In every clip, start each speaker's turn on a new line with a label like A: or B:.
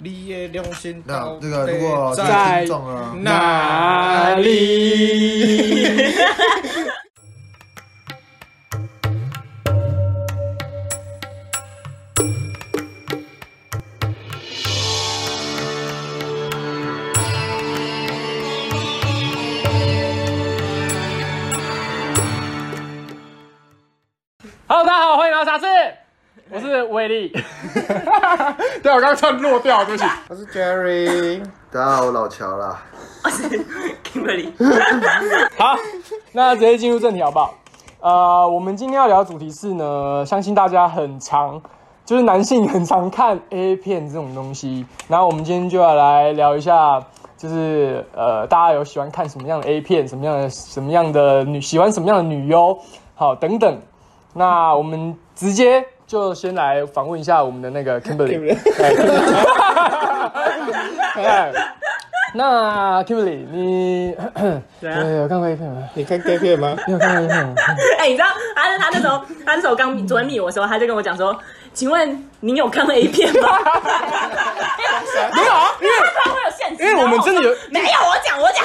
A: 你的良心
B: 那
A: 到
B: 这个
A: 底
B: 如果这个
A: 在
B: 听众啊，
A: 哪里？
C: Hello，大家 好，欢迎来到杂志，我是威力。对，啊我刚刚突然落掉，对不起。
A: 我是 Jerry，
B: 大家好，我老乔啦。
D: Kimberly，
C: 好，那直接进入正题好不好？呃，我们今天要聊的主题是呢，相信大家很常，就是男性很常看 A 片这种东西，然后我们今天就要来聊一下，就是呃，大家有喜欢看什么样的 A 片，什么样的什么样的女，喜欢什么样的女优，好等等。那我们直接就先来访问一下我们的那个 Kimberly。哎 Kimberly 哎那 Kimberly，你
D: 怎
C: 对，啊
D: 样？
C: 有看过 A 片吗？
A: 你看 gay 片吗？
C: 你有看过 A 片吗？
D: 哎、你知道他他那时候他那时候刚昨天密我的时候，他就跟我讲说：“请问您有看过 A 片吗？” 没有啊，因为他会有现实，
C: 因为我们真的有
D: 然后我说没有，我讲我讲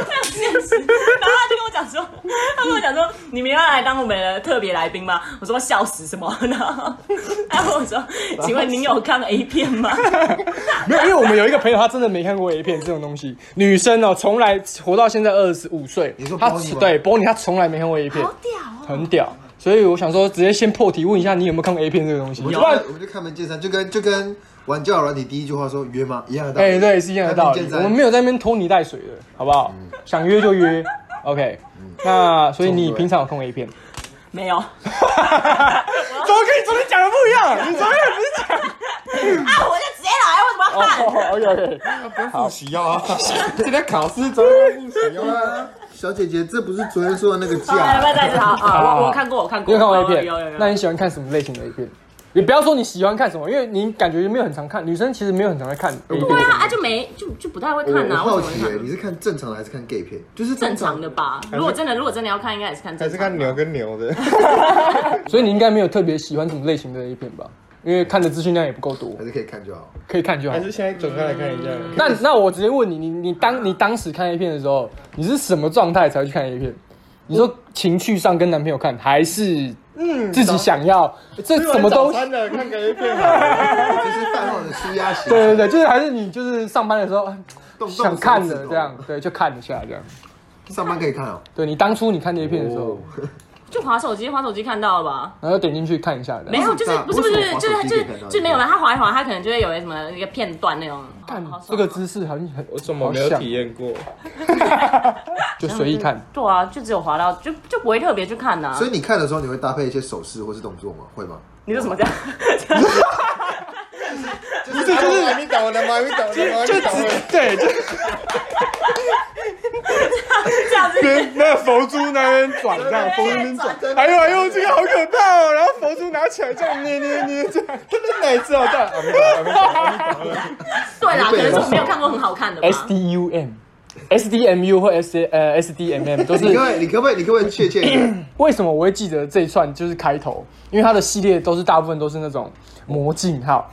D: 他会有现实，然后他就跟我讲说，他跟我讲说：“你们要来当我们的特别来宾吗？”我说：“笑死什么？”然后他问我说：“请问您有看 A 片吗
C: 没有，因为我们有一个朋友，他真的没看过 A 片这种东西。女生哦，从来活到现在二十五岁，
B: 你说
C: 她
B: Bonnie 吗
C: 对 b o n 她从来没看过 A？”片
D: 好，屌哦！
C: 很屌。所以我想说，直接先破题问一下，你有没有看过 A 片这个东西？
B: 我们就
C: 不然
B: 看我们就开门见山，就跟就跟玩交友软体第一句话说约吗一样的道理。
C: 哎， 对，是一样的道理。我们没有在那边拖泥带水的，好不好？想约就 约，OK。那所以你
B: 中对
C: 平常有看过 A 片？
D: 没有。啊
C: 怎么跟你昨天讲的不一样？你昨天不是讲
D: 啊，我就直接来，为什么要看？
C: 哦，OK OK，
A: 不用复习 啊，今天考试怎么复习
B: 有啦，小姐姐，这不是昨天说的那个
D: 好，来，
B: 架。
D: 拜拜，好好，啊我我看过，我看
C: 你
D: 过，哦
C: 有看过 A
D: 有有
C: 片？
D: 有。
C: 那你喜欢看什么类型的 A 片？你不要说你喜欢看什么，因为你感觉没有很常看，女生其实没有很常在看 A 片。
D: 对啊，啊就没就就不太会
B: 我
D: 看
B: 我
D: 啊，
B: 好
D: 为什
B: 奇
D: 么会
B: 耶，
D: 看？
B: 你是看正常的还是看 gay 片？就是
D: 正常的。吧？如果真的如果真的要看，应该也是看
A: 还
D: 正
A: 是
D: 常的。
A: 看牛跟牛的，
C: 所以你应该没有特别喜欢什么类型的 A 片吧？因为看的资讯量也不够多
B: 还，是可以看就好。
C: 可以看就 好
A: 还。是现在转开来看一下？
C: 那那我直接问你，你你当你当时看 A 片的时候，你是什么状态才会去看 A 片？你说情趣上跟男朋友看，还是嗯自己想要？这
A: 吃完
C: 什么
A: 早
C: 都
A: 餐了，看个 A 片吧。
B: 就是饭后的舒压型。
C: 对对对，就是还是你就是上班的时候哎
B: 动动
C: 想看
B: 手
C: 的
B: 指头
C: 这样，对，就看一下这样。
B: 上班可以看哦。
C: 对你当初你看 A 片的时候
B: 哦，
D: 就划手机，划手机看到了吧？
C: 然后点进去看一下的。
D: 没有，就是不是不是
B: 为什么，滑
D: 就
B: 手机
D: 是就
B: 可以看
D: 是
B: 到
D: 就没有了。他划一划，他可能就会有什么一个片段那种。哦
C: 干
D: 好好爽
C: 这个姿势很 很，
A: 我怎么没
C: 好
A: 有
C: 像
A: 体验过？
C: 就随意看。
D: 对啊，就只有划到，就就不会特别去看呐
B: 所。以你看的时候，你会搭配一些手势或是动作吗？会吗？
D: 你说什 么这样？
A: 不是，就是还没倒我的吗？还没倒我的吗？就倒了。
C: 对，就
D: 这样子
C: 边那佛珠那边转这样，佛珠那边转，哎呦哎呦，这个好可怕哦！然后佛珠拿起来这样捏捏捏这样，真的奶子好大
D: 对啦，可能是没有看过很好看的吧。
C: S D U M。S D M U 或 S 呃 S D M M 都
B: 你
C: 是
B: 各位，你可不可以，你可不可以确切一点？
C: 为什么我会记得这一串就是开头，因为它的系列都是大部分都是那种魔镜 号。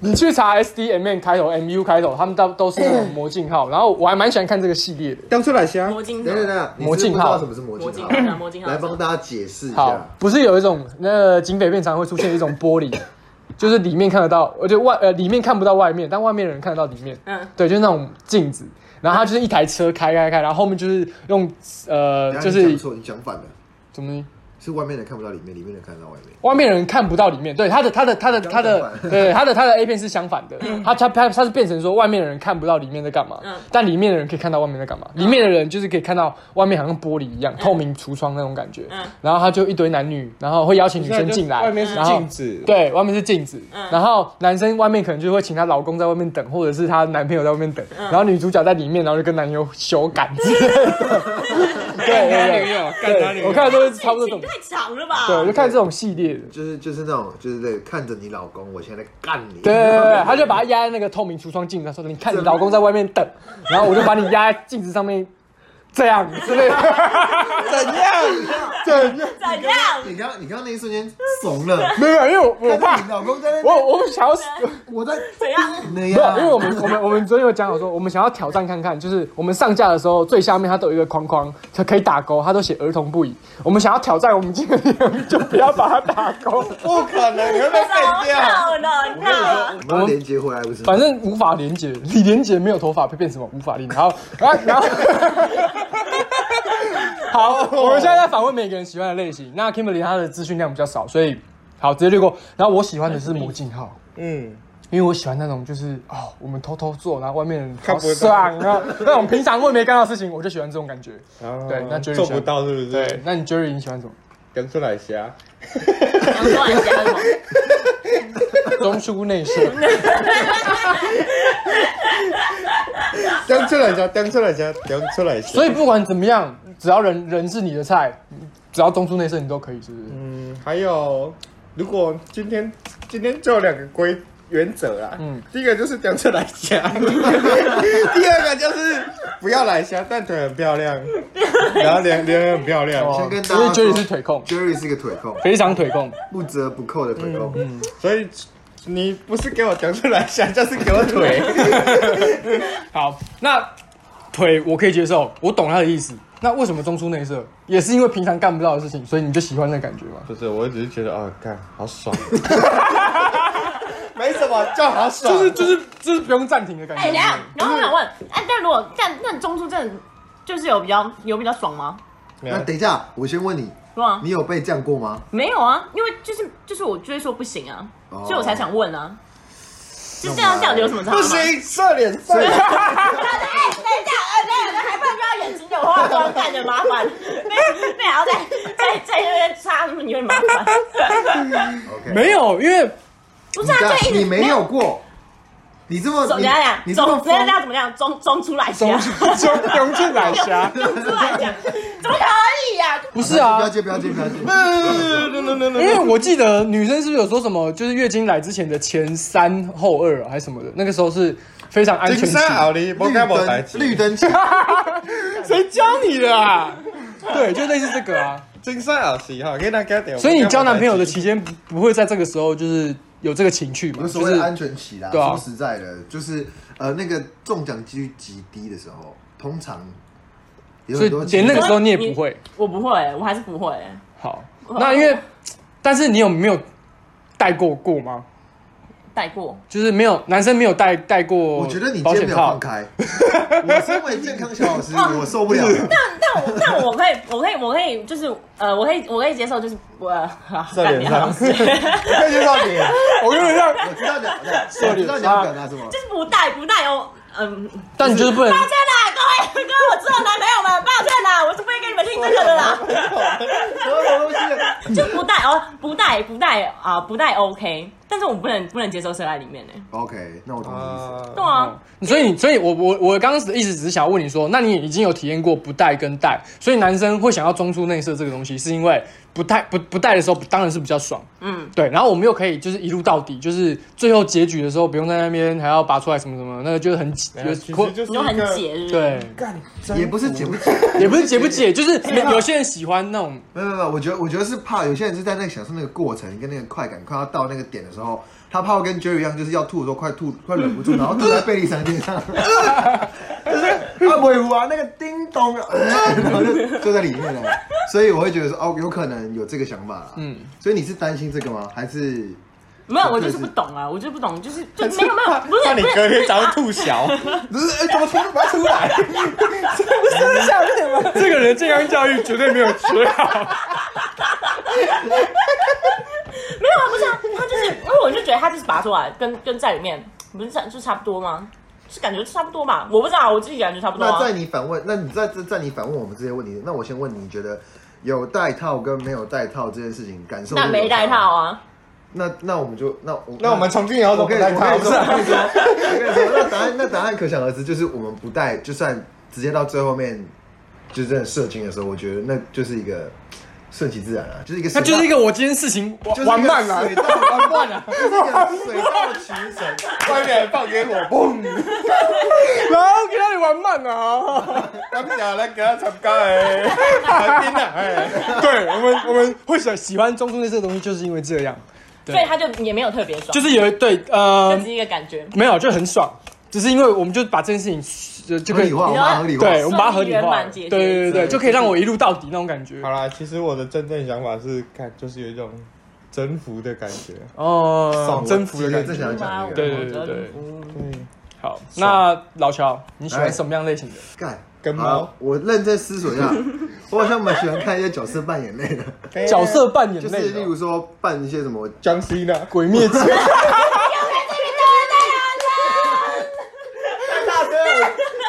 C: 你去查 S D M N 开头，M U 开头，他们都都是那种魔镜号。然后我还蛮喜欢看这个系列的。
A: 当初来香，
D: 魔镜
B: 等等等等，你是
C: 魔
B: 不是
C: 镜
B: 不知道
C: 号
B: 什么是魔
D: 魔
B: 镜
D: 镜
B: 号？
D: 啊，魔镜啊
B: 来帮大家解释一
C: 好
B: 下，。
C: 不是有一种那个警匪片常会出现一种玻璃， 就是里面看得到，而且外呃里面看不到外面，但外面的人看得到里面。
D: 嗯，
C: 对，就是那种镜子。然后它就是一台车开开开，然后后面就是用呃
B: 等一下
C: 就
B: 你
C: 是
B: 讲错，你讲反了，
C: 怎么？
B: 是外面的看不到里面，里面的看得到外面。
C: 外面人看不到里面，对他的他的他的他的
B: 相，反
C: 对他的他的 A 片是相反的，他他他他是变成说外面的人看不到里面在干嘛
D: 嗯，
C: 但里面的人可以看到外面在干嘛，里面的人就是可以看到外面好像玻璃一样透明橱窗那种感觉
D: 嗯，
C: 然后他就一堆男女，然后会邀请女生进来，
A: 外面是
C: 然后
A: 镜子，
C: 对，外面是镜子，
D: 嗯
C: 然后男生外面可能就会请她老公在外面等，或者是她男朋友在外面等，然后女主角在里面，然后就跟男友修改之类的。对对
A: 女友，
C: 对，
A: 干他女
C: 对我
A: 友。
C: 看的都是差不多这
D: 剧情
C: 种，
D: 太长了吧？
C: 对，我就看这种系列的。
B: 就是就是那种，就是在看着你老公，我现在在干你。
C: 对对对对，他就把他压在那个透明橱窗镜子上，说：“你看你老公在外面等。”然后我就把你压在镜子上面， 这样之类的，
A: 怎样？
C: 怎样？
D: 怎 样？
B: 你刚你刚刚那一瞬间怂了，
C: 没有，因为我
B: 但是
C: 我怕
B: 你老公在那边，
C: 我我们想要。
B: 我在
D: 怎样？
B: 那
C: 没有，因为
B: 样，
C: 我们我们我们昨天有讲好说，我们想要挑战看看，就是我们上架的时候最下面它都有一个框框，它可以打勾，它都写儿童不宜。我们想要挑战，我们今天就不要把它打勾，
A: 不可能，你会被废掉。
D: 闹呢？你看，
B: 我们要连接回来不是？
C: 反正无法连结。李连杰没有头发会变什么无法令？好，然后 然后。好，我们现在在访问每个人喜欢的类型。那 Kimberly 她的资讯量比较少，所以好直接略过。然后我喜欢的是魔镜号，
A: 嗯，
C: 因为我喜欢那种就是哦，我们偷偷做，然后外面人
A: 看
C: 好
A: 不到
C: 爽啊，那种平常我也没干到的事情，我就喜欢这种感觉。对那就是
A: 哦做不到是不是？
C: 对，，那你 Jerry 你喜欢什么？
A: 跟出来虾，
D: 我突然想到什
C: 中枢内射，
A: 跟出来虾，跟出来虾，跟出来虾。
C: 所以不管怎么样，只要人人是你的菜，只要中枢内射你都可以，是不是？
A: 嗯，还有，如果今天今天就有两个规原则啦，
C: 嗯
A: 嗯，第一个就是讲出来 虾，第二个就是不要来虾，但腿很漂亮，然后脸脸很漂亮，
C: 哦
B: 先跟大
C: 所以
B: 家说
C: Jerry 是腿控，
B: Jerry 是个腿控，
C: 非常腿控。
B: 不折不扣的腿
C: 嗯
B: 控。
A: 所以你不是给我讲出来虾，就是给我腿，
C: 好，那腿我可以接受，我懂他的意思。那为什么中枢内射？也是因为平常干不到的事情，所以你就喜欢那感觉吗？
A: 不是，我只是觉得哦，看好爽，没什么，就好爽，
C: 就是就是就是不用暂停的感
D: 哎，等一
C: 觉。
B: 嗯
D: 下，然后我想问，哎，但如果但那中出真的就是有比较有比较爽吗？
C: 嗯
A: 没有
B: 那等一下，我先问你，
D: 是吗？
B: 你有被这样过吗？
D: 没有啊，因为就是就是我就会说不行啊，
B: 哦
D: 所以我才想问啊。就这样这样有什么差吗？
A: 不行，射脸射脸。
D: 哎，等一下，哎，等一下，还不然就要眼睛有化妆，看着麻 烦，那那还要再再再那边擦，你会麻 烦。
B: OK，
C: 没有，因为
D: 不是
B: 你
D: 啊，
B: 这样
D: 就一直
B: 你没有过，你这么
D: 总
B: 你
D: 怎样
B: 你
D: 讲？
B: 这么
D: 总怎样
B: 疯
D: 讲？怎么样？中中出来
C: 中
D: 讲，
C: 中中枢奶 侠
D: 中出来讲，怎么可以呀？
C: 不是啊
B: 不要，接，不要接，不要接。
C: 因 为我记得女生是不是有说什么，就是月经来之前的前三后二、啊、还是什么的，那个时候是非常安全
A: 金
C: 期。
A: 山
B: 啊
A: 奥利，我
B: 绿
A: 该无代
B: 灯，
A: 志。
B: 绿 灯前，
C: 谁教你的啊？对，就类似这个啊。
A: 金山奥利哈，给咱加点。
C: 所以你交男朋友的期间不不会在这个时候就是有这个情绪嘛？
B: 无所
C: 就
B: 谓
C: 是
B: 的安全期啦。
C: 对啊
B: 说实在的，就是呃，那个中奖几率极低的时候，通常有
C: 所以
B: 很多
C: 连那个时候你也
D: 你
C: 不会
D: 我不会，我还是不会。
C: 好。那因为，但是你有没有带过过吗？
D: 带过，
C: 就是没有男生没有带带过，
B: 我觉得你今
C: 保
B: 天
C: 险
B: 没有放
C: 套。
B: 开。我身为健康小老师，我受不了了。
D: 但我但我可以，我可以，我可以，就是呃，我可以，我可以接受，就是我呃
A: 射
D: 干
A: 脸
D: 掉老
A: 上，
D: 师
A: 可以介绍你。
C: 我跟你讲，
B: 我知道你，我知道你要表达什 么。
D: 就是不带不带有嗯。
C: 但你就是不能
D: 抱歉啦，各位各位，我知道男朋友们，抱歉啦，我是不会跟你们听这个的啦。
B: 什么东 西？
D: 就不带哦，不带不带啊、不带 OK，但是我不能不能接受射在里面呢。
B: OK，那我
A: 呃
B: 懂你的意思。
D: 对
A: 哦
D: 啊，
C: 所以你，所以我我我刚刚的意思只是想要问你说，那你已经有体验过不带跟带，所以男生会想要中出内射这个东西，是因为不带不不带的时候当然是比较爽，
D: 嗯，
C: 对，然后我们又可以就是一路到底，就是最后结局的时候不用在那边还要拔出来什么什么，那个就是很解
A: 没有其实就是
D: 你就很
A: 一个
D: 解日，
C: 对，
A: 干，
B: 也不是解不解，
C: 也不是解不解， 就是有些人喜欢那种
B: 没有没有没有，我觉得我觉得是怕有些人是在那个享受那个过程跟那个快感，快要到那个点的时候，他怕会跟 Jerry 一样，就是要吐的时候快吐快忍不 住，然后吐在贝利商店上，就是啊尾啊那个叮咚，呃然后就就在里面了，啊所以我会觉得说哦，有可能有这个想法啦。嗯，所以你是担心这个吗？还是
D: 没有，我就是不懂啊，我就是不懂，就是就没有没有，不
A: 怕
D: 是
A: 你
D: 不
A: 隔天
D: 是
A: 早上吐血。
B: 就是哎、怎么突然拔出来？
C: 这个人健康教育绝对没有缺啊 好，
D: 没有啊，不是啊，他就是，因为我就觉得他就是拔出来，跟跟在里面不是差就差不多吗？就是感觉差不多吧，我不知道，我自己感觉差不多、
B: 那
D: 啊
B: 在。你反问，那你在在在你反问我们这些问题，那我先问你，你觉得有戴套跟没有戴套这件事情感受？
D: 那没戴套。啊，
B: 那那我们就那我
A: 那我们从今以后都
B: 我
A: 不
B: 跟你
A: 带他，
B: 我跟你说，我跟你说，我跟你说，那答案那答案可想而知，就是我们不带，就算直接到最后面，就真的射精的时候，我觉得那就是一个顺其自然啊，就是一个
C: 它
B: 水到
C: 就是一个我今天事情
B: 就是一个
C: 玩慢啊
B: 水，到玩慢啊， 就是一个水到渠成。
A: 外面放烟火，嘣！
C: 然后给他你玩慢啊。
A: 刚才来给他参加哎， 还听啊哎，
C: 对我们我们会喜喜欢中村这个东西，就是因为这样，对
D: 所以他就也没有特别爽，
C: 就是有一对呃
B: 嗯
D: 就只是一个感觉。
C: 没有就很爽，只是因为我们就把这件事情就就
B: 合
C: 可
B: 理
C: 以
B: 化，我
D: 你
B: 们
D: 要
B: 把它合理化。
C: 对，我们把它合理
D: 顺利圆
C: 化，
D: 满解
C: 对
D: 决
C: 对对对，
B: 对
C: 就可以让我一路到底那种感觉
A: 好。啦，其实我的真正想法是，看就是有一种征服的感觉。
C: 哦
B: 嗯
A: 爽，
C: 征服的感
B: 正
C: 觉。
B: 想讲这个，
C: 对对对对
A: 对，
C: 好，那老乔，你喜欢
B: 来
C: 什么样类型的？
B: 干
A: 跟猫
B: 好我认真思索一 下，我好像蛮喜欢看一些角色扮演类的，
A: 对
C: 角色扮演
B: 哎就是
C: 类
B: 例
C: 的
B: 如说扮一些什么，
A: 江西 呢？
C: 鬼灭之刃，
B: 大哥，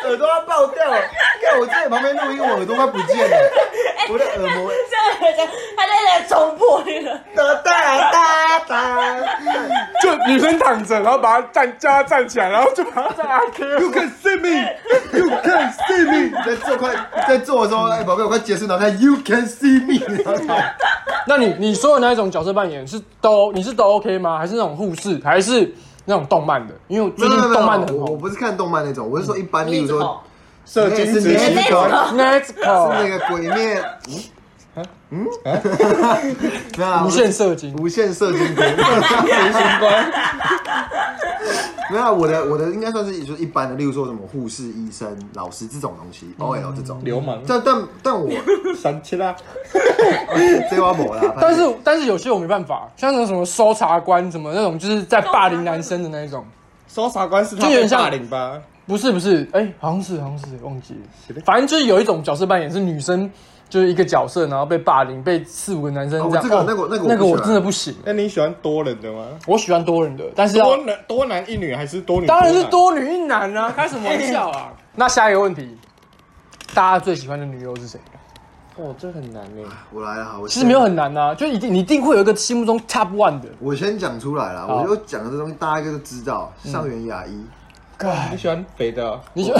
B: 我耳朵要爆掉了，看我在旁边录音，我耳朵快不见了， 我的耳膜
D: 这个人他在那冲破那个，
B: 哒哒哒哒，
C: 就女生躺着，然后把她站叫她站起来，然后就把她 站阿 Q。
A: You can see me, you can see me。
B: 在做快在做的时候，哎，宝贝，我快结束，然后他 You can see me，然后他
C: 那你你说的那一种角色扮演是都你是都 OK 吗？还是那种护士，还是那种动漫的？因为最近动漫的很
B: 我我
C: 红。
B: 不是看动漫 那种，我是说一般，例
D: 你
B: 如
D: 怎
B: 说
D: 么？
A: 射精执
B: 你
A: 行
B: 也是
A: 官
B: 你也是
C: Let's
B: 那
C: go，
B: 个鬼灭，嗯嗯， 没有啦
C: 无限射精。
B: 无限射 精鬼灭。没有啊，我的我的应该算是就是一般的，例如说什么护士、医生、老师这种东西，OL
C: 嗯
B: 这种。
A: 流氓
B: 但但但 我
A: 三七啦，
B: 这挖某啦，
C: 但是但是有些我没办法，像那种什么搜查官什么那种，就是在霸凌男生的那一种。
A: 搜查官是他
C: 就有点
A: 被
C: 像
A: 霸凌吧？
C: 不是不是，哎、好像是好像是忘记了，反正就是有一种角色扮演是女生，就是一个角色，然后被霸凌，被四五个男生
B: 哦
C: 这样。
B: 这个
C: 哦
B: 那个那个我
C: 那个
B: 不喜
C: 我
B: 欢
C: 真的不行，
A: 那你喜欢多人的吗？
C: 我喜欢多人的，但是要
A: 多男多男一女还是多女？
C: 当然是。多女一男啊，开什么玩笑啊？那下一个问题，大家最喜欢的女优是谁？
A: 哦，这很难诶。
B: 我来了哈，我
C: 其实没有很难啊，就一定你一定会有一个心目中 top one 的。
B: 我先讲出来啦，
C: 好嗯
B: 我就讲的这东西，大家应该都知道。上元雅一，
A: 你喜欢肥的哦？
C: 你喜
B: 不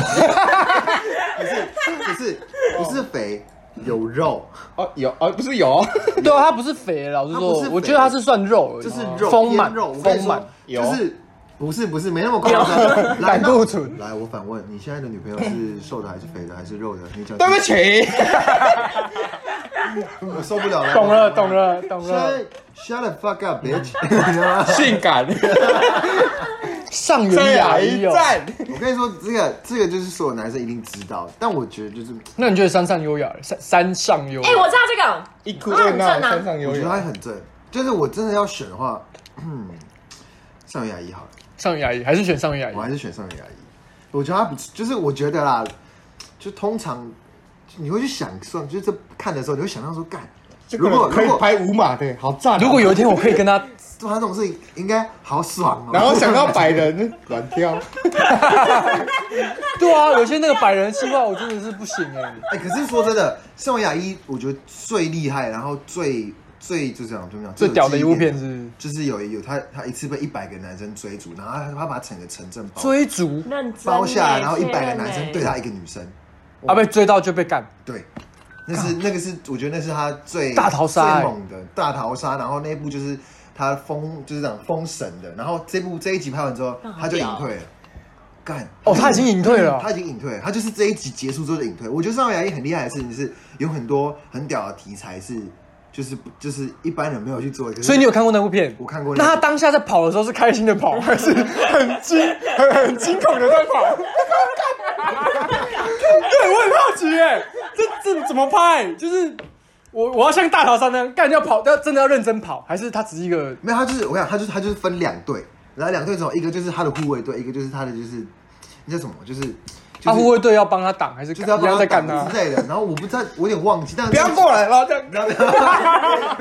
B: 是不是肥，有肉，
A: 哦，有哦，不是有
C: 对啊，她不是肥，老实
B: 她不
C: 说
B: 是，肥
C: 我觉得她是算肉而已，
B: 这
C: 哦
B: 是肉，
C: 丰满
B: 腌肉，我跟你
C: 丰
B: 说
C: 满，
A: 有
B: 就是不是不是没那么夸 张，来
C: 胆固醇。
B: 那来，我反问，你现在的女朋友是瘦的还是肥的还是肉的？你讲，
A: 对不起，
B: 我受不了了。
C: 懂了，懂了，懂了。
B: Shut shut the fuck up, bitch！你知道吗
A: 性感，
C: 上元
A: 再
C: 雅
A: 来
C: 一
A: 一
C: 哦，
A: 站。
B: 我跟你说，这个这个就是所有男生一定知道，但我觉得就是，
C: 那你觉得山上优雅，山山上优雅？
D: 哎，我知道这个，
A: 一哭二闹，山上
B: 我
A: 有
B: 觉得
A: 有
B: 他。很正。就是我真的要选的话，嗯，上元雅一好了，
C: 上元雅一还是选上元雅
B: 我
C: 一？
B: 还是选上元雅一。我觉得他比，就是我觉得啦，就通常你会去想算，就是这看的时候，你会想到说，干，
A: 这个
B: 如
A: 人
B: 果
A: 可
B: 如
A: 以
B: 果
A: 拍五码的，好赞哦。
C: 如果有一天我可以 跟他，
B: 做他这种事情，应该好爽哦。
A: 然后想到百人软跳，
C: 对啊，有些那个百人计划我真的是不行哎。
B: 哎、可是说真的，宋雅一我觉得最厉害，然后最最就这样怎么讲，
C: 最屌的一部
B: 有
C: 片
B: 记忆
C: 是
B: 点就是有有他他一次被一百个男生追逐，然后他他把整个城镇包
C: 追逐
D: 认真
B: 包下来，
D: 欸
B: 然后一百个男
D: 确认
B: 生
D: 欸
B: 对他一个女生，
C: 啊，被追到就被干。
B: 对，那是那个是我觉得那是他最
C: 大逃杀欸
B: 最猛的大逃杀，然后那一部就是他封就是讲封神的，然后这部这一集拍完之后
D: 那好
B: 他就隐
D: 屌
B: 退了，干嗯
C: 哦，他已经隐退了
B: 他。已经隐退了，他就是这一集结束之后就隐退。我觉得上牙医很厉害的事情是，有很多很屌的题材是，就是不就是一般人没有去做的。可是
C: 所以你有看过那部片？
B: 我看过那
C: 那
B: 部
C: 他当下在跑的时候是开心的跑，还是 很惊、很很惊恐的在跑？对，我很好奇哎，这这怎么拍？就是我我要像大逃杀那样干要跑，要真的要认真跑，还是他只是一个
B: 没有，他就是我跟你讲，他就是他就是分两队，然后两队中一个就是他的护卫队，一个就是他的就是那叫什么，就是就
C: 他护
B: 是
C: 卫队要帮他挡，还是
B: 就
C: 干
B: 是要
C: 一
B: 帮
C: 样
B: 他
C: 在干
B: 挡
C: 他
B: 之？类的。然后我不知道，我有点忘记，但是
A: 不要过来了，这样
B: 不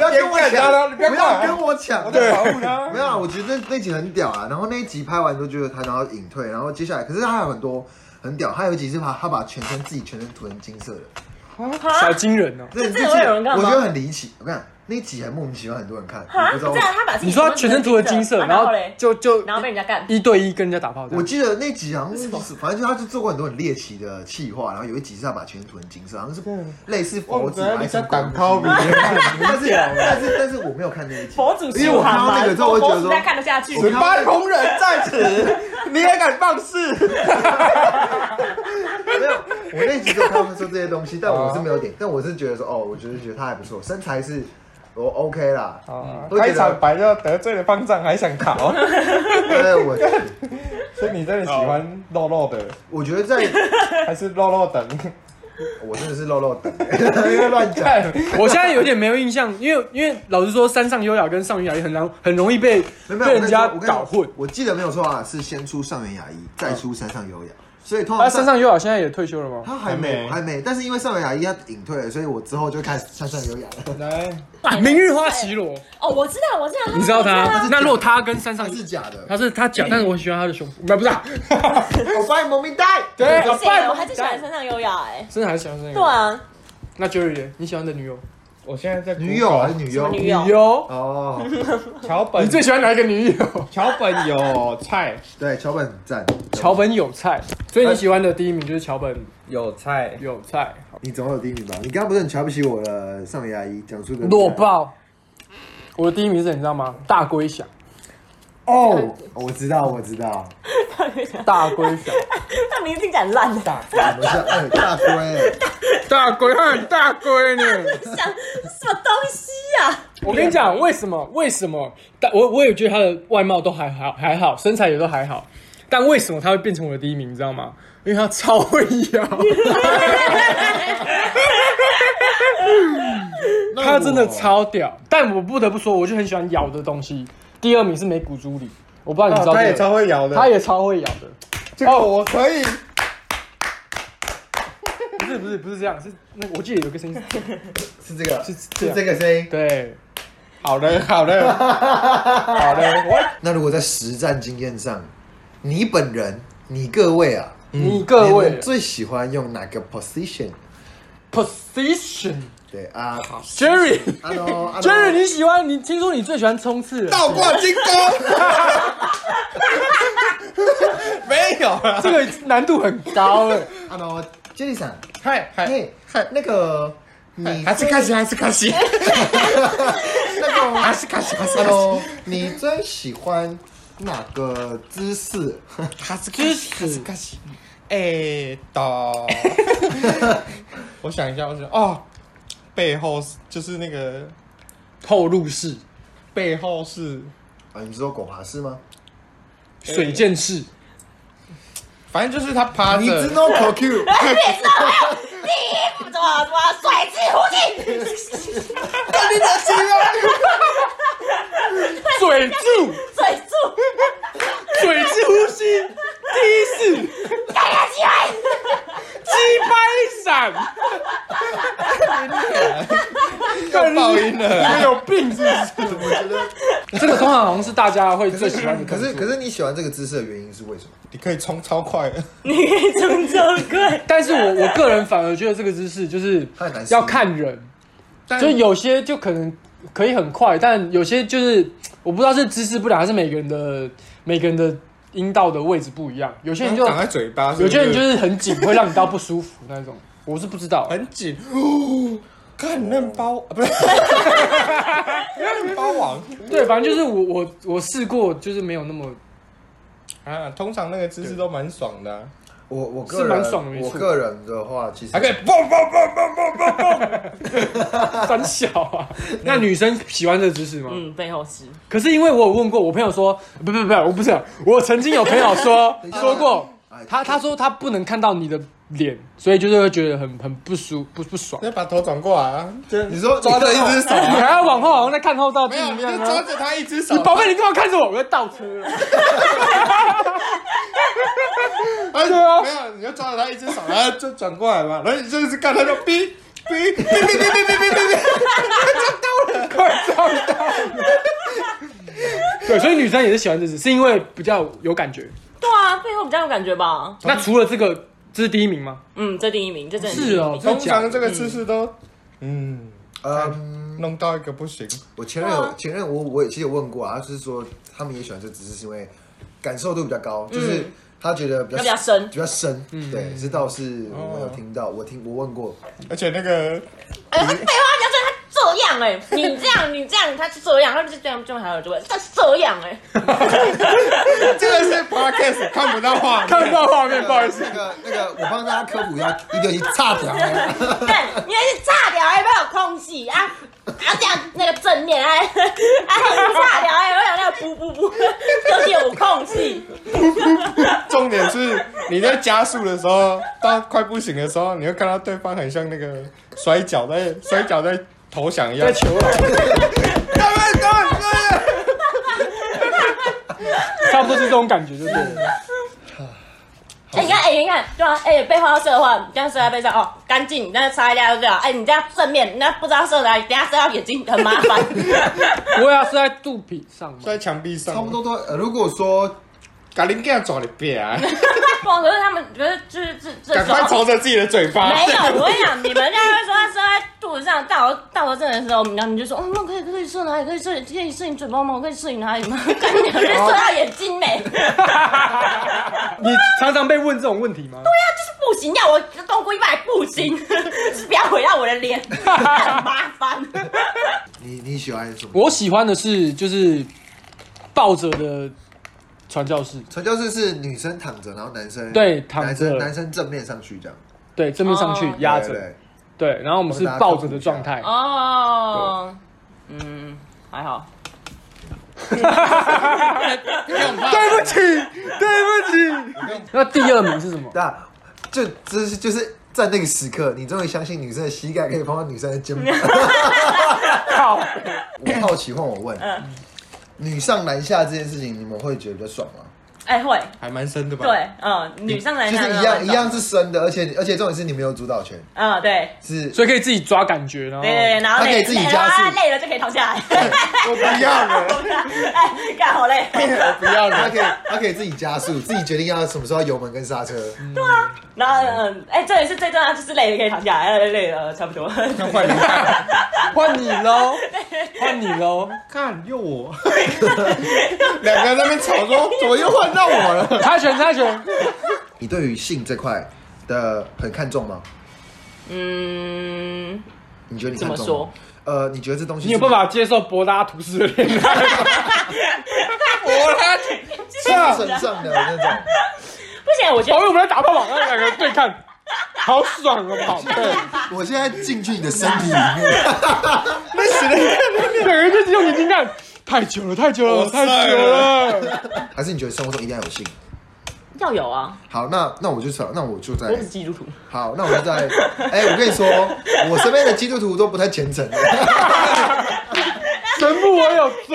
B: 要跟我
A: 别干他
B: 抢，
A: 你不要
B: 不
A: 过来
B: 要跟我抢，
A: 在保护他
B: 没有啊，我觉得那那集很屌啊。然后那一集拍完之后，觉得他然后隐退，然后接下来，可是他还有很多很屌，他有几集是把他把全身自己全身涂成金色的，
D: 嗯
C: 好惊人哦！
B: 这
D: 这个会有人干
B: 我
D: 嘛
B: 觉得很离奇。我跟你讲，那一集还莫名其妙很多人看，
D: 啊，
B: 我不知道
D: 这
B: 为什
D: 样
B: 么。
D: 他把自己
C: 你说他全身涂了金色，
D: 啊
C: 然后
D: 嘞，
C: 就就
D: 然后被人家干，
C: 一对一跟人家打炮这
B: 我
C: 样，
B: 记得那集好像是，反正就他就做过很多很猎奇的企划，然后有一集是他把全涂成金色，好像是类似佛祖还是什么鬼东西
A: 我本来以为他
B: 但是但是但是我没有看那一集，
D: 佛祖
B: 因为
D: 心
B: 我
D: 寒
B: 看到
D: 嘛，
B: 那个之后，我
D: 佛
B: 会觉
D: 佛
B: 得
D: 祖
B: 说
D: 在看得下去，
A: 十八铜人在 此，你也敢放肆？
B: 没有，我那集就看他说这些东西，
C: 哦
B: 但我是没有点，但我是觉得说哦，我就是觉得他还不错，身材是我 OK 啦，
A: 啊
C: 哦
B: 我觉得
A: 开场白就得罪了方丈，还想 逃？
B: 但我
A: 所以你真的喜欢肉肉的，
B: 我觉得在
A: 还是肉肉等？
B: 我真的是肉肉等， 因为乱讲。
C: 看，我现在有点没有印象，因为因为老实说，山上优雅跟上云雅也很难很容易被
B: 没有没有
C: 被人家
B: 我跟你说
C: 搞混
B: 我跟你说。我记得没有错啊，是先出上元雅一，再出山上优雅，所以通
C: 他
B: 常
C: 啊山上优雅现在也退休了吗？
B: 他还
A: 还
B: 没
A: 没
B: 还没，但是因为上元雅一他隐退了，所以我之后就开始山上优雅了。
A: 来，
C: 明日花绮罗，
D: 哦，我知道，我知道，
C: 你知道
D: 我
C: 他？
D: 知道
C: 那如果他跟山上
B: 他，是假的，
C: 他是他讲，但是我喜欢他的胸部，不不是啊，
B: 我把你蒙面带。
C: 对
D: 不行，我还哎是喜欢身上优雅哎，
C: 真的还是喜欢那
D: 对
C: 个。
D: 啊，
C: 那 Jerry，呢你喜欢的女友？
A: 我现在在
B: 女友还是女
D: 什么
B: 优？
D: 女友
C: 友，
B: 哦，
A: 桥本
C: 你最喜欢哪一个女友？
A: 桥本有菜，
B: 对，桥本很赞。
C: 桥，本有菜，所以你喜欢的第一名就是桥本
A: 有菜，
C: 有菜，
B: 你总有第一名吧？你刚刚不是很瞧不起我的上元雅一，讲出个
C: 弱爆。我的第一名是谁你知道吗？大龟翔，
B: 哦，我知道，我知道，
C: 大龟翔，
D: 那名字听起来很烂的，
C: 大
B: 我们是哎大龟，
C: 大龟，他很大龟呢。
D: 想什么东西呀？
C: 我跟你讲，为什么？为什么？但我我也觉得他的外貌都还好，还好，身材也都还好。但为什么他会变成我的第一名？你知道吗？因为他超会 摇，他真的超屌。但我不得不说，我就很喜欢摇的东西。第二名是美骨朱里，我不知道你知道、
A: 哦他也超，会摇的，
C: 他也超会摇的。
A: 这个我可以。
C: 不是不是不是这样，是那个我记得有个声音是，
B: 是这个，
C: 是
B: 是
C: 这样
B: 这个声音。
C: 对，
A: 好的，好的，好的，我
B: 那如果在实战经验上，你本人，你各位啊，
A: 嗯
C: 你各
B: 你
C: 位
B: 们最喜欢用哪个 position？
C: position
B: 对啊，
C: Jerry。
B: 阿龙， 阿
C: Jerry，
B: 龙，
C: 你喜欢你听说你最喜欢冲刺了，
A: 倒挂金钩，没有了。
C: 这个难度很高了。
B: 阿龙，杰里桑，
A: 嗨嗨，
B: 嘿，那个你
A: 还是开始，还是开始，
B: 那个
A: 还是开始，还是
B: 阿
A: 开
B: 龙
A: 始，，
B: 你最喜欢哪个姿势？
A: 还是开始，还是开始。哎， 到，我想一下，我想哦，背后是就是那个
C: 后入式、
A: 背后是，
B: 啊，你是说狗爬式吗？
C: 水箭式，
A: 反正就是他趴
B: 你
A: 着
B: 知，道 QQ，
D: 怎么怎么水之呼吸，
C: 嘴住、
D: 水柱
C: 嘴之呼吸、第一式、
D: 打下起来，
C: 击拍闪，
A: 要爆音
C: 你
A: 了
C: 们。有病是不是？
B: 我觉得。
C: 这个通常好像是大家会最喜欢的
B: 可
C: 动作
B: 是可是你喜欢这个姿势的原因是为什么？
A: 你可以冲超快的，
D: 你可以冲这贵，
C: 但是我我个人反而觉得这个姿势就是
B: 它很难适应
C: 要看人，
A: 但
C: 就是有些就可能可以很快，但有些就是我不知道是姿势不良，还是每个人的每个人的阴道的位置不一样，有些人就
A: 长在嘴巴，
C: 有些人就是是很紧，会让你到不舒服那种。我是不知 道，
A: 很紧， 哦，看嫩包啊，不是嫩包王
C: 对，反正就是我我我试过，就是没有那么
A: 啊，通常那个姿势都蛮爽的啊，
B: 我我
C: 是
B: 个
C: 蛮
B: 人
C: 爽的没错
B: 我个人的话，其 实
A: 还可以蹦蹦蹦蹦蹦蹦蹦，
C: 胆小啊。那女生喜欢这个姿势吗？
D: 嗯，背后是，
C: 可是因为我有问过我朋友说，不不不，我不是，啊我曾经有朋友说说过
B: 哎，
C: 他他说他不能看到你的脸，所以就是会觉得很很不舒不不爽。
A: 再把头转过来啊，就
B: 你说
A: 抓着一只手
C: 你
A: 啊，
C: 还要往后，好像在看后照镜
A: 没有，你
C: 一样
A: 就抓
C: 啊。
A: 着他一只手
C: 你，宝贝，你干嘛看着我？我要倒车了。
A: 啊
C: 对啊
A: 没有，你就抓着他一只手，然后就转过来嘛，然后你就是看他就哔哔哔哔哔哔 哔哔哔哔，
C: 快撞到！对，所以女生也是喜欢这只，是因为比较有感觉。
D: 对啊，背后比较有感觉吧？
C: 那除了这个这是第一名吗？
D: 嗯，这第一名，这真的
C: 是哦，
A: 通
C: 真假
A: 常这个姿势都，嗯，
B: 嗯，
A: 弄到一个不行。
B: 我前任
D: 啊
B: 有前任我我也其实有问过啊，他就是说他们也喜欢这，只是因为感受度比较高，就是他觉得比较
D: 嗯比较深
B: 比较深。对，这倒是我们有听到，我听我问过，
A: 而且那个
D: 哎，他废话，你要说他这样哎、你这样，你这样，他是这样，他就是这样，这样还有这个，他是这样哎、
A: 这个是 podcast 看不到画面，
C: 看不到画面，不好意思。
B: 那个那个，我帮大家科普一下，一六七差点啊，
D: 对，因为是差掉，还没有空隙啊，啊这样那个正面哎， 啊差掉哎，我想那个不不不， 就是有空隙，
A: 重点是你在加速的时候，到快不行的时候，你会看到对方很像那个摔跤在摔跤在投降一样
C: 在。球了，
A: 干嘛干嘛干嘛
C: 差不多是这种感觉，就对了。
D: 哎、你看哎、你看对啊，哎、背后要射的话，你这样射在背上哦，干净，那擦一下就对了，哎、你这样正面，那不知道射哪里，等下射到眼睛很麻 烦，
C: 我要是在肚皮上嘛，
A: 在墙壁上，
B: 差不多都。呃如果说
A: 把林盖抓里边啊，
D: 哇，可是他们觉得就是这这
A: 赶快朝着自己的嘴
B: 啊
A: 巴。
D: 没有，我跟你讲，你们家会说他射在肚子上，到我到我这里的时候，然后你就说，嗯，那可以可以射哪里？可以射可以射你嘴巴吗？我可以射你哪里 吗？干你娘，就射到眼睛没，
C: 你常常被问这种问题吗？
D: 不行，要我动过一半不行，是不要回到我的 脸，很麻烦。
B: 你你喜欢什么？
C: 我喜欢的是就是抱着的传教士，
B: 传教士是女生躺着，然后男生
C: 对躺
B: 男
C: 着
B: 生男生正面上去这样
C: 对，正面上去
D: 哦
C: 压
B: 对
C: 着，
B: 对
C: 对，然后我们是抱着的状态。
D: 哦，嗯，还好，
C: 对不起，对不起。那第二名是什么？
B: 对啊，就这是就是在那个时刻，你终于相信女生的膝盖可以碰到女生的肩膀。
C: 靠，
B: 我好奇换我问，
D: 嗯
B: 女上男下这件事情，你们会觉得比较爽吗？
D: 哎会，
A: 还蛮深的吧？
D: 对，嗯，女上男
B: 就
D: 下
B: 是一样一样，是深的，而且而且重点是你没有主导权，
D: 嗯对。
B: 是
C: 所以可以自己抓感觉，然后
B: 哦
D: 对对对，然后累，累了就可以躺下来。
A: 我不要了，
D: 哎，干好累。
A: 我不要
B: 他
A: 了
B: 可。以他可以自己加速，自己决定要什么时候油门跟刹车。
D: 然后，嗯，哎、这也是最重要，就是累了可以躺下来，累累了差不多。
A: 那换你看，
C: 换你 喽，换你喽。
A: 看又 我，两个在那边吵说，怎么又换到我了？
C: 猜拳，猜拳。
B: 你对于性这块的很看重吗？
D: 嗯，
B: 你觉得你
D: 怎
B: 看
D: 么
B: 重
D: 说
B: 吗？？呃，你觉得这东西
C: 你有
B: 是
C: 办法接受博拉图斯的恋爱？
A: 我啦，
B: 精神上的那种？
D: 啊不行，我觉
C: 好，
D: 得
C: 我们来打炮吧，让两个人对看，好爽哦，好对。
B: 我现在进去你的身体里面，
C: 两个人就是用眼睛看，太久了，太久
A: 我
C: 了，太久了。
B: 还是你觉得生活中一定要有性？
D: 要有啊，
B: 好，那那我就想，那我就在
D: 我是基督徒。
B: 好，那我就 在。哎、我跟你说，我身边的基督徒都不太虔诚的。
C: 神父，我有 罪。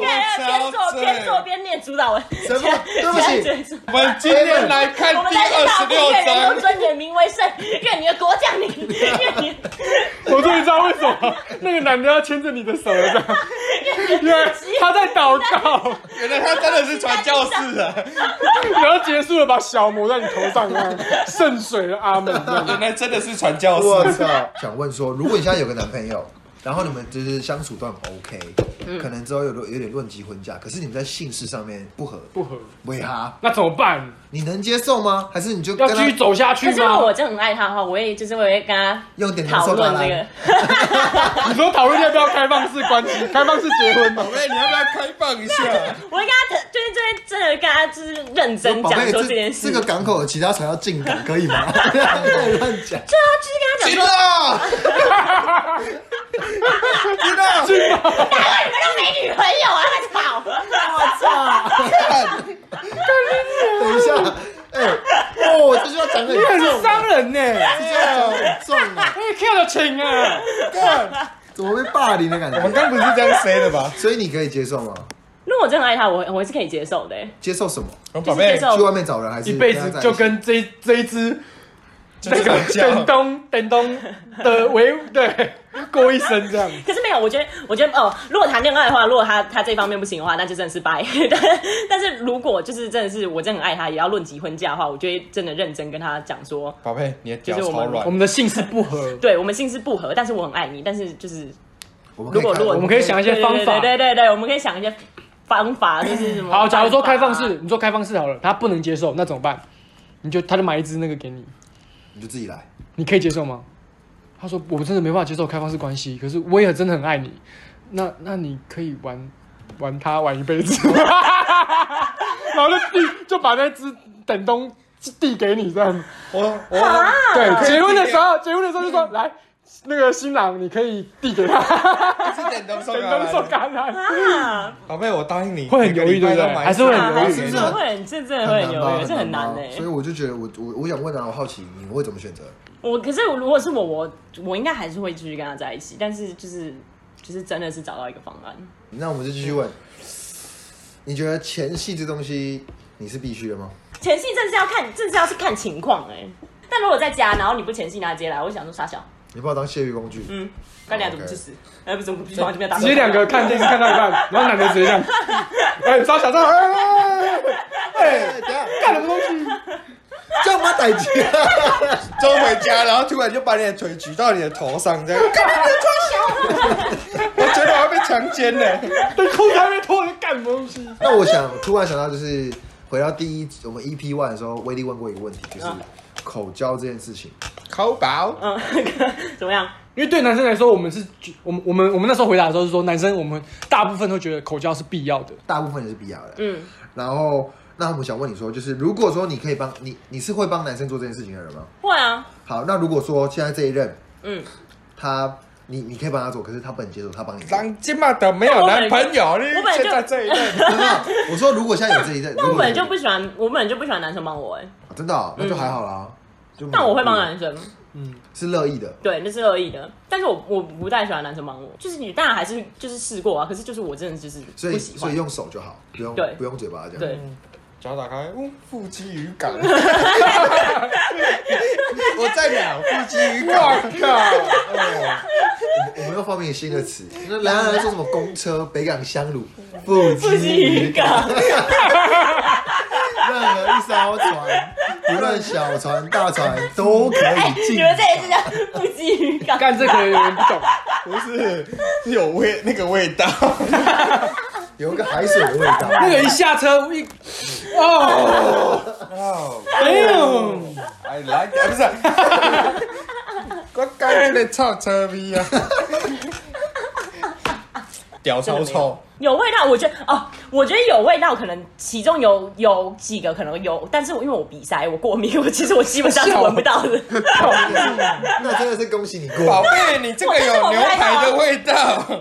A: 我
D: 看，边
A: 超
D: 做边做
A: 醉。
D: 边念主导文。
B: 神父， 对不起，
D: 起。
A: 我们今天来看
D: 我们
A: 第
D: 在
A: 二
D: 大
A: 十
D: 不愿人
A: 六章。
D: 都尊你的名为圣，愿你的国降临， 愿你
C: 我终于知道为什么那个男的要牵着你的手了，这样。原来他在祷告，
A: 原来他真的是传教士啊！
C: 然后结束了，把小抹在你头上，这样圣水的阿门， 这样
A: 原来真的是传教
B: 我
A: 士。
B: 操！想问说，如果你现在有个男朋友，然后你们就是相处都很 OK，、可
D: 嗯
B: 能之后有有点论及婚嫁，可是你们在性事上面不合，
C: 不合，
B: 喂哈，
C: 那怎么办？
B: 你能接受吗？还是你就
C: 要
B: 跟
C: 继续
B: 他
C: 走下去
D: 可是如
C: 吗
D: 果？我真的很爱他的话，我也就是我也跟他
B: 用点
D: 讨
B: 受
D: 论
B: 他
D: 这个
B: 来？。
C: 你说讨论要不要开放式关系，开放式结婚吗
A: 宝？贝，你要不要开放一下？
D: 我会跟他就是这边真的跟他就是认真
B: 宝
D: 讲
B: 贝，
D: 说这件事。
B: 这个港口的其他船要进港，可以吗？ 不要乱讲。
D: 对啊，就是跟他讲
A: 知
D: 说。
A: 道，知道，
D: 你们都没女朋友啊！操！我操！
B: 等一下，哎、哦，这句话讲得很重，
C: 很伤人呢、
B: 这句话讲得很重啊，
C: 哎，看到情啊！
A: 干
B: 怎么被霸凌的感
A: 我们
B: 觉？
A: 刚不是这样 say 的吧？
B: 所以你可以接受吗？
D: 如果我真的爱他，我我是可以接受的欸。
B: 接受什么？
A: 我
D: 就
A: 宝
D: 是接
A: 贝，
D: 受
B: 去外面找人还是
C: 一辈子就跟这这一只
A: 就是吵
C: 等
A: 架，
C: 东等东的为对过一生这样。
D: 可是没有，我觉得，我觉得哦，如果谈恋爱的话，如果他他这方面不行的话，那就真的是掰。但但是如果就是真的是我真的很爱他，也要论及婚嫁的话，我就会真的认真跟他讲说，
A: 宝贝，你的脚
D: 就是我
A: 超
D: 们
A: 软
C: 我。们的姓氏不合，
D: 对我们性是不合，但是我很爱你，但是就是
B: 我们
D: 如果
B: 看
D: 如果
C: 我们可以想一些方法。
D: 对对对对对，我们可以想一些方法，就是什么办法啊、
C: 好，假如说开放式，你说开放式好了，他不能接受，那怎么办？你就他就买一支那个给你，
B: 你就自己来，
C: 你可以接受吗？他说我真的没办法接受开放式关系，可是我也真的很爱你。那那你可以玩玩他玩一辈子， 然后就递就把那支等东递给你这样。
A: 我我
C: 对，结婚的时候，结婚的时候就说来，那个新郎你可以递 给他，
A: 是等东送
C: 等东受
A: 啊，
C: 感染。
D: 啊，
A: 宝贝，我答应你，
C: 会很犹豫对不对还是会
A: 啊
C: 很
D: 还
C: 犹豫
D: 是
B: 是
D: 真
B: 不
D: 的会很，这真的 会很
B: 吧
D: 犹豫，这很难
B: 吧
D: 哎、
B: 所以我就觉得我我我想问啊，我好奇你会怎么选择？
D: 我可是如果是我，我我应该还是会继续跟他在一起，但是就是就是真的是找到一个方案。
B: 那我们就继续问，你觉得前戏这东西你是必须的吗？
D: 前戏真的是要看，真的是要是看情况哎、但如果在家，然后你不前戏拿接来，我就想说傻小，
B: 你把我当泄欲工具？
D: 嗯，快点怎么去
B: 哦
D: 死？哎、不怎么去床就被打。
C: 直接两个看电视看到一半，然后男的直接这样， 哎，招小赵，哎哎 哎
B: 哎，等一下，
C: 干什么东西？
B: 叫妈逮鸡啊！
A: 周回家，然后突然就把你的腿举到你的头上，这样， 我觉得我要被强奸了。
C: 等裤子还没脱，你干什么东西？
B: 那我想突然想到，就是回到第一我们 EP one 的时候，威力问过一个问题，就是
D: 嗯
B: 口交这件事情。
A: 口宝，
D: 嗯， 怎么样？
C: 因为对男生来说，我们是，我们我们我们那时候回答的时候是说，男生我们大部分都觉得口交是必要的。
B: 大部分人是比亚的。
D: 嗯，
B: 然后，那我们想问你说，就是如果说你可以帮你，你是会帮男生做这件事情的人吗？
D: 会啊，
B: 好，那如果说现在这一任
D: 嗯，
B: 他，你你可以帮他做，可是他不能接受，他帮你做。
A: 当今嘛都没有男朋友，你
D: 我本来就
A: 现在这一任，
B: 真的， 我说如果现在有这一任，
D: 但
B: 如
D: 我
B: 果
D: 本来
B: 有
D: 就不喜欢，我本来就不喜欢男生帮我哎、
B: 啊真的哦、那就还好啦。就
D: 但我会帮男生，
B: 是乐意的。
D: 对，那是恶意的。但是我我不太喜欢男生帮我，就是你当然还是就是试过啊，可是就是我真的就是
B: 所以
D: 不喜
B: 所以嗯
D: 欢。
B: 用手就好，不用
D: 对
B: 不用嘴巴这样。
D: 对，
A: 脚打开，嗯，腹肌语感， 我在哪？腹肌语感，靠，
B: 我们又发明新的词，那来来来说什么公车、北港香炉、腹肌渔港，任何一艘船，无论小船大船都可以进
D: 哎你。们这也是叫不羁渔港，
C: 干这可能有人不懂，
A: 不是，是有味那个味道，
B: 有一个海水的味道。
C: 那个一下车一，哦，
A: 哦
C: 哎呦，
A: ，I like，it，不 是，我刚的臭车逼啊，屌超臭，
D: 有味道。我觉得哦，我觉得有味道，可能其中有有几个可能有，但是我因为我鼻塞，我过敏，我其实我基本上是闻不到的。
B: 那真的是恭喜你过
A: 宝贝，你这个有牛排的味道，
B: 哦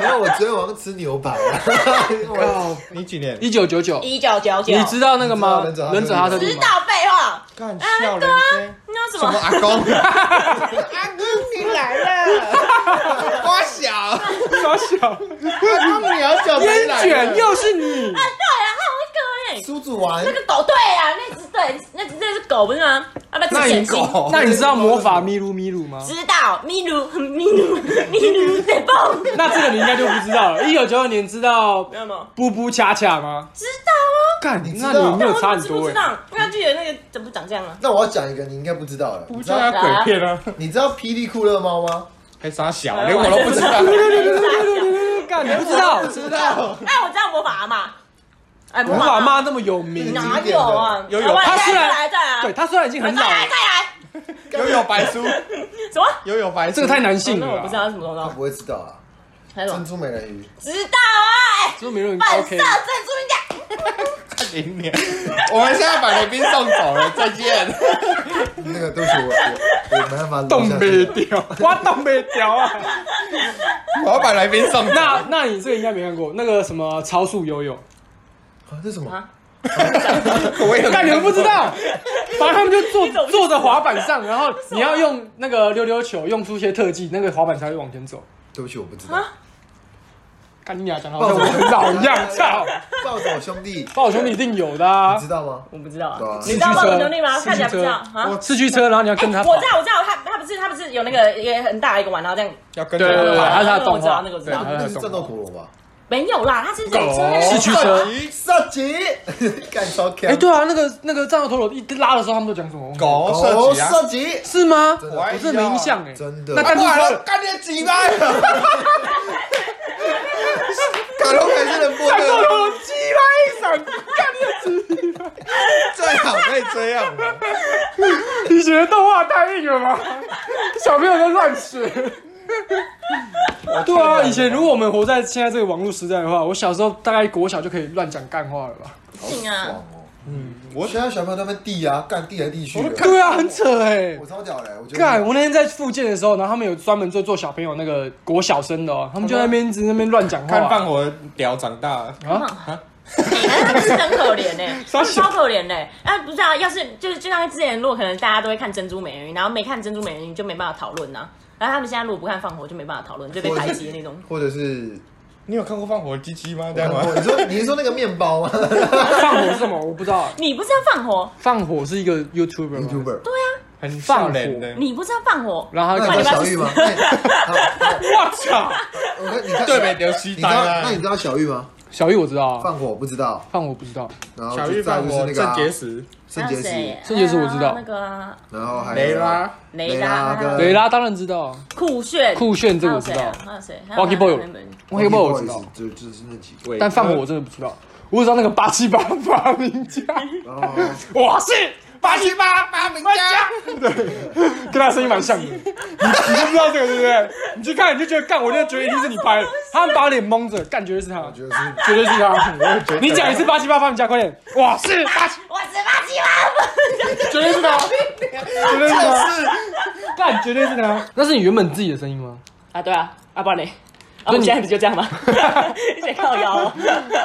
B: 没有，我昨天晚上吃牛排了。我
A: 哦你几年？
C: 一九九九，
D: 一九九九，
C: 你知道那个吗？
B: 你知道
C: 忍
B: 忍
C: 者
B: 者
C: 哈
B: 哈
C: 特
B: 特
C: 利
D: 知
C: 吗？
D: 道废话，啊
A: 干笑人家。
D: 那什
A: 什么
D: 么？
A: 阿公？阿公你来了，花小，
C: 小小
A: 阿公你好久没
C: 烟
A: 来
C: 卷
A: 了。
C: 又是你，
D: 哎对啊，好可爱。
B: 苏子丸
D: 那个狗对啊，那只对，那只那只狗不是吗？啊，不，
A: 那
D: 只眼
A: 你
D: 睛。
A: 狗，
C: 那你知道魔法咪噜咪噜吗？
D: 知道咪噜咪噜咪噜在爆，知
C: 那这个你应该就不知道了。一九九二年知道
D: 道吗？
C: 布布恰恰吗？
D: 知道啊，
C: 干，
B: 知
C: 那
B: 道
C: 你没有
D: 我
C: 差
D: 怎么
C: 很
D: 知不
C: 多
D: 知
C: 哎。
D: 道，因为他就有那个怎么长这样啊？
B: 那我要讲一个你应该不知道的，
A: 不叫他鬼片啊？
B: 你知道霹雳酷乐猫吗？
A: 还傻小，连我都不知 道。
C: 干，你不知道？
B: 知道，
D: 哎，我知道魔法阿嬷，哎，
C: 魔法妈那么有名，
D: 哪有啊？
A: 有有
D: 好吧
C: 他虽
D: 再
C: 然
D: 来再 来，
C: 对他虽然已经很
D: 再
C: 老了
D: 来，再来，
A: 悠悠白书，
D: 什么？
A: 悠悠白书，
C: 这个太男性
D: 那
C: 了
D: 我
C: 啦。
D: 不知道是什么
B: 他
D: 东西，
B: 不会知道啊。
D: 还有什
B: 珍
D: 么？
B: 珠美人鱼，
D: 知道啊，哎，
C: 说没有人
D: 反射
C: OK
D: 珍。珠应该。
A: 零年。 我们现在把来宾送走了，再见。
B: 那个都是我我我没办法
C: 冻
B: 录下
C: 没
B: 去。
C: 掉， 我冻没掉啊！
A: 我要把来宾送走。
C: 那那你这个应该没看过，那个什么超速游泳，
B: 啊，这是什么
D: 啊？
A: 我也
C: 干你们不知道，反正他们就坐
D: 你怎么不知道
C: 坐着滑板上，然后你要用那个溜溜球，用出一些特技，那个滑板才会往前走。
B: 对不起，我不知道。
C: 看你俩讲的好像我很老一样，啊 操！
B: 暴走兄弟，
C: 暴走兄弟一定有的啊
B: 你知，道吗？
D: 我不知道
B: 对啊
D: 啊，你知道暴走兄弟吗？
C: 四驱车
D: 看起来不知道啊。
A: 我
C: 四驱车，然后你要跟他跑
D: 我知，道，我知道，他他不是他不是有那个也很大一个碗，然后这样
A: 要跟
C: 对对对，
A: 着
C: 对
A: 跑
C: 还是他的
D: 那个我
C: 动
D: 知道
C: 画，
D: 那个我知
C: 对，
D: 道
C: 还
B: 那
C: 是他
B: 个
C: 的
B: 是
C: 动
B: 战
C: 画
B: 斗陀螺吧？
D: 没有啦，他是人车
A: 狗
C: 四驱车。
A: 哎
B: 射击，干烧枪
C: 哎，对啊，那个那个战斗陀螺一拉的时候，他们都讲什么？
A: 狗射
B: 狗
A: 击啊！
B: 射击，
C: 是吗？
B: 真
A: 的
C: 我真的没印象哎，
B: 真的
C: 那但是
A: 了，
C: 说
A: 干你几巴呀！
B: 卡通还是能播
C: 战斗陀
B: 的，
C: 螺击拍一闪，干你的鸡巴！
A: 最好可以这样啊，
C: 你学的动画太硬了吗？小朋友在乱学。对啊，以前如果我们活在现在这个网络时代的话，我小时候大概国小就可以乱讲干话了吧？
D: 不行啊，
B: 哦
C: 嗯
B: 我现在小朋友他们地啊，干地来地去的，
C: 对啊，很扯哎、
B: 我超屌嘞！欸我觉得
C: 干，我那天在复健的时候，然后他们有专门就做小朋友那个国小生的哦，他们就在那边一直在那边乱讲话。啊
A: 看放火屌长大了，
D: 啊哎那真是很可怜 呢，
C: 傻
D: 真
C: 小
D: 超可怜呢。哎，不是啊，要是就是就像之前，如果可能大家都会看《珍珠美人鱼》，然后没看《珍珠美人鱼》就没办法讨论呐。然后他们现在如果不看《放火》，就没办法讨论，就被排挤的那 种。
B: 或者是
A: 你有看过放火鸡鸡吗？这样吗？
B: 你说你是说那个面包 吗
C: 放火是什么？我不知道。
D: 你不知道放火，
C: 放火是一个 YouTuber 吗？
B: ？YouTuber，
A: 很笑脸的，
D: 你不知道放火，
C: 然后
B: 那
C: 他
B: 你知
C: 干
B: 道
D: 干
B: 小玉吗？哎好
C: 我操！
B: 我看你看
A: 对北流西
B: 你知
A: 单
B: 道那你
A: 啊
B: 知，道小玉吗？
C: 小玉我知道啊，
B: 放火不知道，
C: 放火不知道。
B: 然后
A: 小
B: 就
A: 玉
B: 再
A: 放
B: 就是
A: 火
B: 那个
A: 肾
B: 啊
A: 结石，
B: 肾结
D: 谁
B: 石，？
C: 圣洁石我知道
D: 啊那个啊
B: 然后还有
A: 雷拉，
D: 雷
B: 雷拉
D: 拉
B: 跟
D: 还有
C: 蕾拉当然知道，
D: 酷炫，
C: 酷炫这个我知
D: 还有
C: 道
D: 谁啊还有
C: Rocky
D: 谁
C: Boy 我也不知道我知道，
B: 就就是那几个。
A: 伟哥
C: 但放火我真的不知道。我只知道那个八七八发明 家，
B: 然后
C: 我是八七八发明家，对，跟他声音蛮像 的。你你就知道这个对不对？你去看你就觉得干，我就觉得一定是你拍的。 他们把脸蒙着，干绝对是他
B: 我，觉得是
C: 绝对是 他。
A: 觉得
C: 你讲一次八七八发明家，快点！我是八七，
D: 我是八七 八，
C: 绝对是他，绝对是他，干绝对是他。那是你原本自己的声音吗？
D: 啊，对啊，啊，不然嘞，啊，
C: 所以
D: 我
C: 你
D: 现在不就这 样吗？一直靠腰 哦，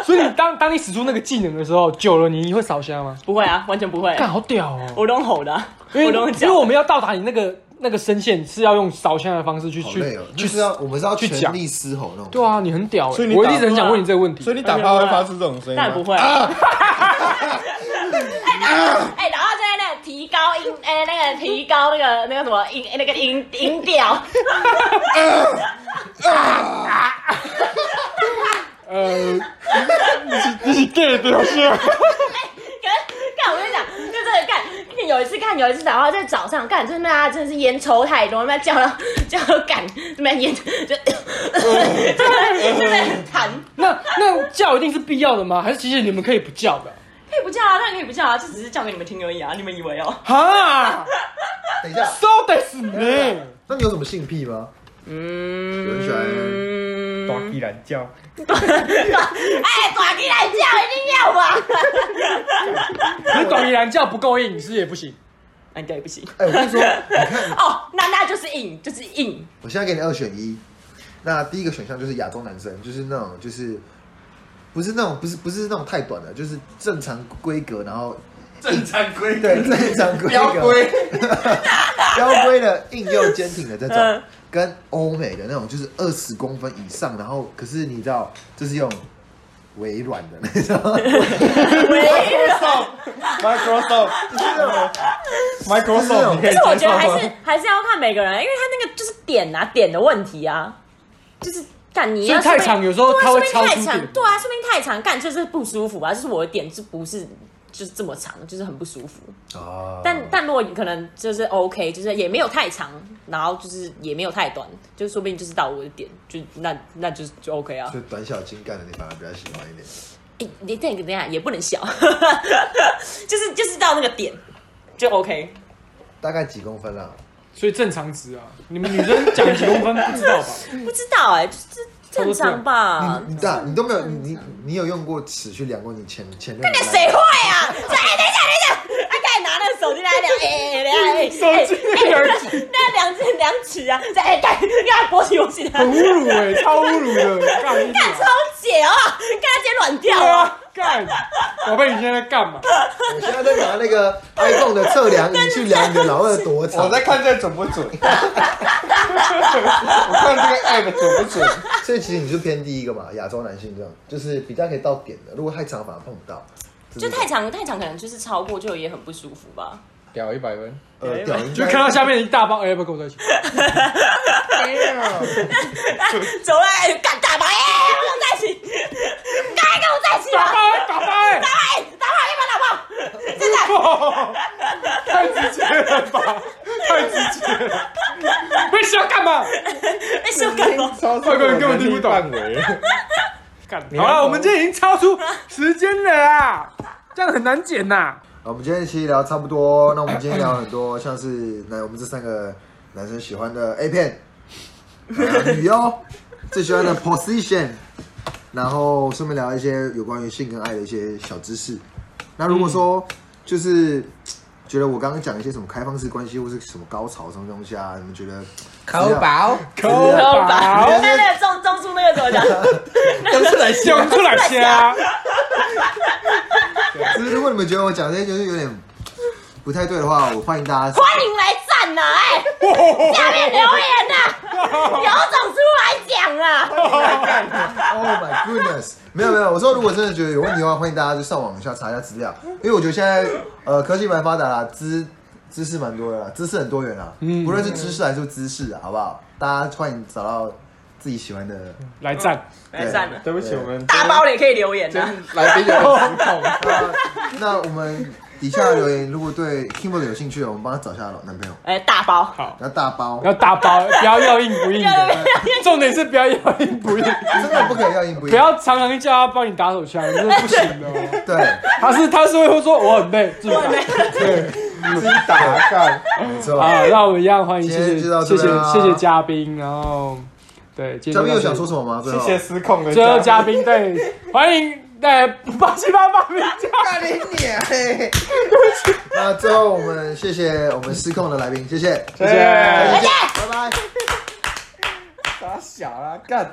C: 所以你当当你使出那个技能的时候，久了你会烧瞎吗？
D: 不会啊，完全不会，
C: 干好屌哦！
D: 我都吼的啊，
C: 因为
D: 我都
C: 因
D: 讲
C: 为，我们要到达你那个那个声线是要用烧香的方式去
B: 好
C: 去
B: 累哦，就
C: 去
B: 是要我们是要
C: 去
B: 全
C: 讲
B: 力嘶吼那种。
C: 对啊，你很屌欸，
A: 所以你
C: 我
A: 打啊
C: 一直很想问你这个问题。
A: 所以你打炮会发出这种声音吗？
D: 但不会。 哎，然后现在那个提高音，哎，那个提高那个那个什么音，哎那个音音调，
C: 呃，你你 是 gay 表现，
D: 干干，我跟你讲，就真的干。有一次干，有一次打话在早上干，真的啊，真的是烟抽太多，那叫到叫到干，那烟就就在弹。
C: 那那叫一定是必要的吗？还是其实你们可以不叫的？
D: 可以不叫啊，当然可以不叫啊，就只是叫给你们听而已啊，你们以为哦？
C: 哈
B: 等一下，
C: ，so that's me。
B: 那你有什么性癖吗？有人喜欢
D: 嗯，
A: 大既然叫，
D: 哎，短笛来叫一定 要吧？
C: 可是董一然叫不够硬，你是不是也不行。
D: 哎，对，不行。
B: 哎，我 跟你说，你看，
D: 哦，那那就是硬，就是硬。
B: 我现在给你二选一。那第一个选项就是亚洲男生，就是那种就是不是那种不是不是那种太短的，就是正常规格，然后
A: 正常规
B: 对正常规
A: 标
B: 格
A: 规，
B: 标规的硬又坚挺的这种
D: 嗯，
B: 跟欧美的那种就是二十公分以上，然后可是你知道，就是用微软的那种，
A: Microsoft，Microsoft，Microsoft，你可以接
D: 但是
A: 受
D: 我觉得还是
A: 吗？
D: 还是要看每个人，因为他那个就是点啊点的问题啊，就是干你
C: 所
D: 要
C: 以太长有时候
D: 对啊
C: 它会
D: 说
C: 超
D: 不定
C: 出
D: 太长，
C: 点
D: 对啊，说不定太长干就是不舒服啊，就是我的点是不是就是这么长，就是很不舒服。
A: 啊
B: 哦
D: 但但如果你可能就是 OK，就是也没有太长，然后就是也没有太短，就说不定就是到我的点，就那那就就 OK 啊。
B: 就短小精干的你反而比较喜欢一点。
D: 哎、你这个等一下也不能小， 就是就是到那个点就 OK。
B: 大概几公分啦？
C: 所以正常值啊，你们女生讲几公分不知道吧？
D: 不知道哎、就是正常吧？
B: 你你知道你都没有你你你有用过尺去量过你前前任？
D: 那谁会啊？说哎、等一下等一下，他开始拿那个手机来量，哎哎 哎哎，
C: 手机
D: 哎哎那那两只两尺啊，说哎干，干勃起勃起的，
C: 很侮
A: 欸
C: 辱哎，
D: 哎
C: 超侮辱的，干你娘
D: 干超姐啊，干姐软掉
C: 对
D: 啊
C: 啊，，干
A: 宝贝，你现在在干嘛？
B: 我现在在拿那个 iPhone 的测量仪去量你的老二多长。
A: 我在看这准不 准，我看这个 app 准不准。
B: 所以其实你就偏第一个嘛，亚洲男性这样，就是比较可以到点的。如果太长反而碰不到，
D: 就太长太长，可能就是超过就也很不舒服吧。
A: 屌一百分，
B: 呃屌，
C: 就看到下面一大帮哎 a p p 跟我 在一起，
D: 走来干打牌，跟我在一起，赶快跟我在一起
C: 打
D: 吧！
C: 败打哎败，
D: 打牌，打牌，要不要打炮？现在
A: 太直接了吧，太直接了，
C: 不是要干嘛？
D: 被秀干了。
A: 超
C: 外国人根本听不懂
A: 范围。
C: 干
A: 你要
C: 好
A: 走
C: 了，我们这已经超出时间了啊，这样很难剪呐。
B: 好我们今天其实聊差不多，那我们今天聊很多，像是那我们这三个男生喜欢的 A 片、呃女优最喜欢的 position，然后顺便聊一些有关于性跟爱的一些小知识。那如果说就是觉得我刚刚讲一些什么开放式关系或是什么高潮什么东西啊，你们觉得
E: 抠宝，
C: 抠
D: 那
C: 宝，
D: 那个中中柱那个怎么讲？
E: 都出来笑。
C: 讲出来虾，
B: 就是如果你们觉得我讲这些就是有点不太对的话，我欢迎大家。
D: 欢迎来赞呐！哎，下面留言呐，有种出来讲啊！
B: Oh my goodness！没有没有，我说如果真的觉得有问题的话，欢迎大家就上网一下查一下资料，因为我觉得现在呃科技蛮发达啦，知知识蛮多的啦，知识很多元啦，
C: 嗯
B: 不论是知识还是知识啊，好不好？大家欢迎找到自己喜欢的。
C: 来赞，
D: 来赞了，
A: 对不起，我们
D: 打包了也可以留言呐。
A: 来宾有点失控。
B: 那我们底下留言，如果对 Kimberly 有兴趣的，我们帮他找一下男朋友，
D: 哎，大包，
B: 然后大包，
C: 要打包，不要要硬不硬的，重点是不要要硬不硬，
B: 真的不可以要硬不
C: 不
B: 硬，
C: 要常常叫他帮你打手枪，这是不行的哦。
B: 对，
C: 他是他是会说我很累，是吧？
A: 自己打干，
B: 没错。
C: 好，那我们一样欢迎，
B: 今
C: 谢
B: 天
C: 谢
B: 就到
C: 谢
B: 这
C: 谢
B: 边啦
C: 谢谢嘉宾，然后对，今天
B: 嘉宾有
C: 就到
B: 想
C: 这
B: 说
C: 里
B: 什么吗？最
A: 谢
B: 后
A: 谢失控的
C: 最后嘉宾对，欢迎呃八七八八名嘉
E: 干你娘嘞！
B: 那最后我们谢谢我们失控的来宾，谢谢，
A: 哎
C: 宾，谢谢。
B: 再见，拜拜。
E: 傻小啦，干。